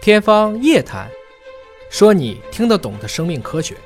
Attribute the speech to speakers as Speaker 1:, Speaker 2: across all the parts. Speaker 1: 天方夜谭，说你听得懂的生命科学。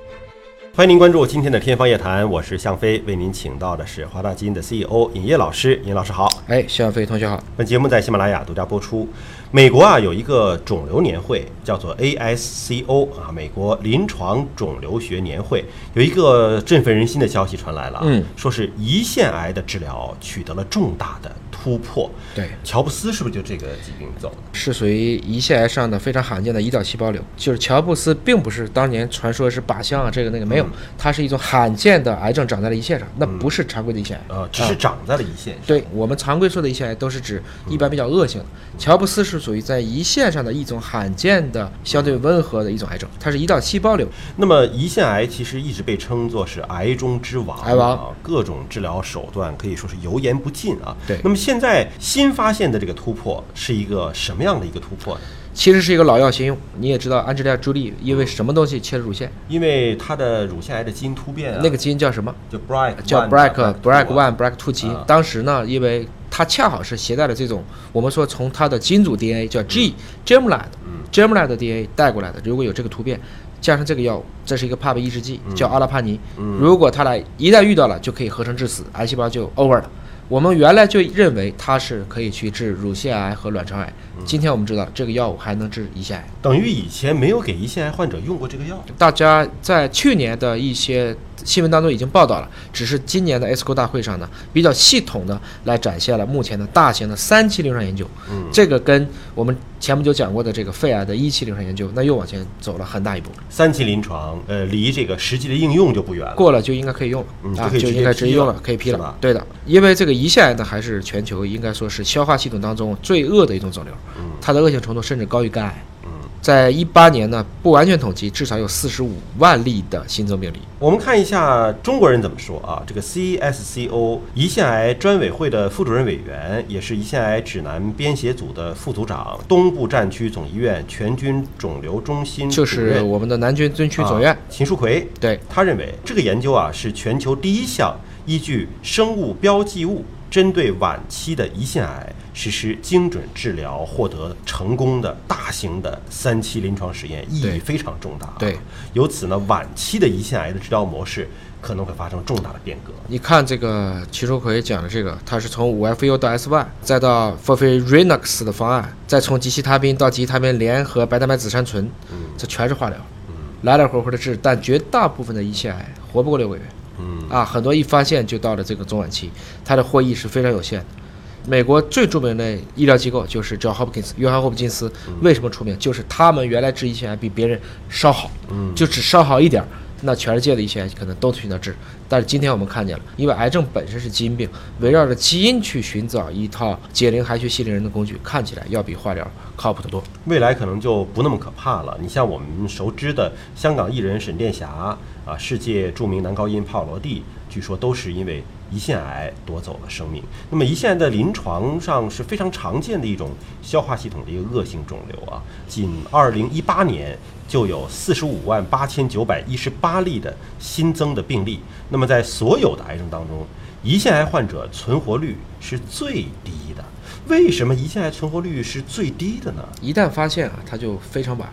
Speaker 2: 欢迎您关注今天的《天方夜谭》，我是向飞，为您请到的是华大基因的 CEO 尹烨老师。尹老师好，
Speaker 3: 哎，向飞同学好。
Speaker 2: 本节目在喜马拉雅独家播出。美国啊有一个肿瘤年会，叫做 ASCO 啊，美国临床肿瘤学年会。有一个振奋人心的消息传来了，
Speaker 3: 嗯，
Speaker 2: 说是胰腺癌的治疗取得了重大的突破。
Speaker 3: 对，
Speaker 2: 乔布斯是不是就这个疾病走的？
Speaker 3: 是属于胰腺癌上的非常罕见的胰岛细胞瘤，就是乔布斯并不是当年传说是靶向啊这个那个没
Speaker 1: 嗯
Speaker 3: 有，它是一种罕见的癌症长在了胰腺上，那不是常规的胰腺癌。
Speaker 2: 呃，只是长在了胰腺上。
Speaker 3: 对我们常规说的胰腺癌都是指
Speaker 1: 嗯
Speaker 3: 一般比较恶性的，乔布斯是属于在胰腺上的一种罕见的、相对温和的一种癌症，它是胰岛细胞瘤。
Speaker 2: 那么胰腺癌其实一直被称作是癌中之王，
Speaker 3: 癌王
Speaker 2: 啊，各种治疗手段可以说是油盐不进啊。
Speaker 3: 对
Speaker 2: 那么现在新发现的这个突破是一个什么样的一个突破呢？
Speaker 3: 其实是一个老药新用，你也知道，安吉丽亚·朱莉因为什么东西切了乳腺？
Speaker 2: 因为它的乳腺癌的基因突
Speaker 1: 嗯
Speaker 2: 变啊，
Speaker 3: 那个基因叫什么？
Speaker 2: 就 BRCA
Speaker 3: 叫 BRCA BRCA one BRCA two 基因
Speaker 2: 啊。
Speaker 3: 当时呢，因为它恰好是携带了这种我们说从它的基因组 DNA 叫 G germline germline 的 DNA 带过来的，如果有这个突变。加上这个药物，这是一个 PAB 抑制剂，叫阿拉帕尼。如果它俩一旦遇到了，就可以合成致死，癌细胞就 over 了。我们原来就认为它是可以去治乳腺癌和卵巢癌，今天我们知道这个药物还能治胰腺癌。
Speaker 2: 等于以前没有给胰腺癌患者用过这个药。
Speaker 3: 大家在去年的一些新闻当中已经报道了，只是今年的 ESCO 大会上呢，比较系统的来展现了目前的大型的三期临床研究。
Speaker 2: 嗯
Speaker 3: 这个跟我们前不久讲过的这个肺癌的一期临床研究，那又往前走了很大一步，
Speaker 2: 三期临床，呃，离这个实际的应用就不远了。
Speaker 3: 过了就应该可以用了、
Speaker 2: 嗯
Speaker 3: 啊
Speaker 2: 就可以，直接
Speaker 3: 应该直接用了
Speaker 2: 批了，
Speaker 3: 可以批
Speaker 2: 是吧
Speaker 3: 了。对的，因为这个胰腺癌呢，还是全球应该说是消化系统当中最恶的一种肿瘤，
Speaker 2: 嗯
Speaker 3: 它的恶性程度甚至高于肝癌。
Speaker 2: 嗯，
Speaker 3: 在一八年呢，不完全统计，至少有四十五万例的新增病例。
Speaker 2: 我们看一下中国人怎么说啊？这个 CSCO 胰腺癌专委会的副主任委员，也是胰腺癌指南编写组的副组长，东部战区总医院全军肿瘤中心
Speaker 3: 就
Speaker 2: 嗯主
Speaker 3: 是
Speaker 2: 任
Speaker 3: 我们的南军军区总院。
Speaker 2: 啊秦树奎，
Speaker 3: 对，
Speaker 2: 他认为这个研究啊是全球第一项依据生物标记物针对晚期的胰腺癌实施精准治疗获得成功的大型的三期临床实验，意义
Speaker 3: 对
Speaker 2: 非常重大、啊。
Speaker 3: 对，
Speaker 2: 由此呢，晚期的胰腺癌的治疗模式可能会发生重大的变革。
Speaker 3: 你看这个齐楚奎讲的这个，它是从五 FU 到 S one，再到 f o r f i r i n o x 的方案，再从吉西他滨到吉西他滨联合白蛋白紫杉醇，
Speaker 2: 嗯
Speaker 3: 这全是化疗，来来回回的治，但绝大部分的胰腺癌活不过六个月，
Speaker 2: 嗯
Speaker 3: 啊，很多一发现就到了这个中晚期，它的获益是非常有限的。美国最著名的医疗机构就是 John Hopkins，约翰霍普金斯。为什么出名？就是他们原来治胰腺癌比别人稍好，
Speaker 2: 嗯
Speaker 3: 就只稍好一点儿，那全世界的一些癌可能都去那儿治。但是今天我们看见了，因为癌症本身是基因病，围绕着基因去寻找一套解铃还须系铃人的工具，看起来要比化疗靠谱得多。
Speaker 2: 未来可能就不那么可怕了。你像我们熟知的香港艺人沈殿霞啊，世界著名男高音帕瓦罗蒂，据说都是因为胰腺癌夺走了生命。那么胰腺癌在临床上是非常常见的一种消化系统的一个恶性肿瘤啊，仅2018年就有45万八千九百一十八例的新增的病例。那么在所有的癌症当中，胰腺癌患者存活率是最低的。为什么胰腺癌存活率是最低的呢？
Speaker 3: 一旦发现啊，它就非常晚，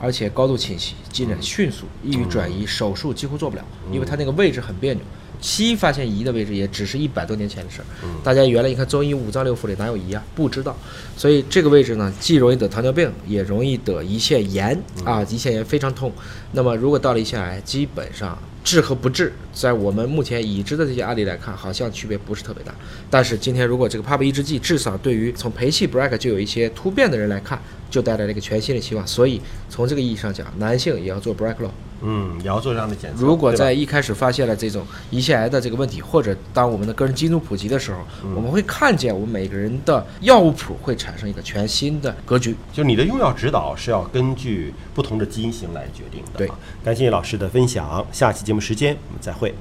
Speaker 3: 而且高度侵袭，进展迅速，易于转移，手术几乎做不了，因为它那个位置很别扭。西医发现胰的位置也只是一百多年前的事儿，大家原来一看中医五脏六腑里哪有胰啊？不知道，所以这个位置呢，既容易得糖尿病，也容易得胰腺炎啊，胰腺炎非常痛。那么如果到了胰腺癌，基本上治和不治，在我们目前已知的这些案例来看，好像区别不是特别大。但是今天如果这个 PAB 抑制剂 E 至少对于从培系 BRCA 就有一些突变的人来看，就带来了一个全新的希望。所以从这个意义上讲，男性也要做 BRCA
Speaker 2: 嗯，也要做这样的检测。
Speaker 3: 如果
Speaker 2: 对吧
Speaker 3: 在一开始发现了这种胰腺癌的这个问题，或者当我们的个人基因组普及的时候，
Speaker 2: 嗯
Speaker 3: 我们会看见我们每个人的药物谱会产生一个全新的格局。
Speaker 2: 就是你的用药指导是要根据不同的基因型来决定的啊。
Speaker 3: 对
Speaker 2: 感谢老师的分享，下期节目时间我们再会。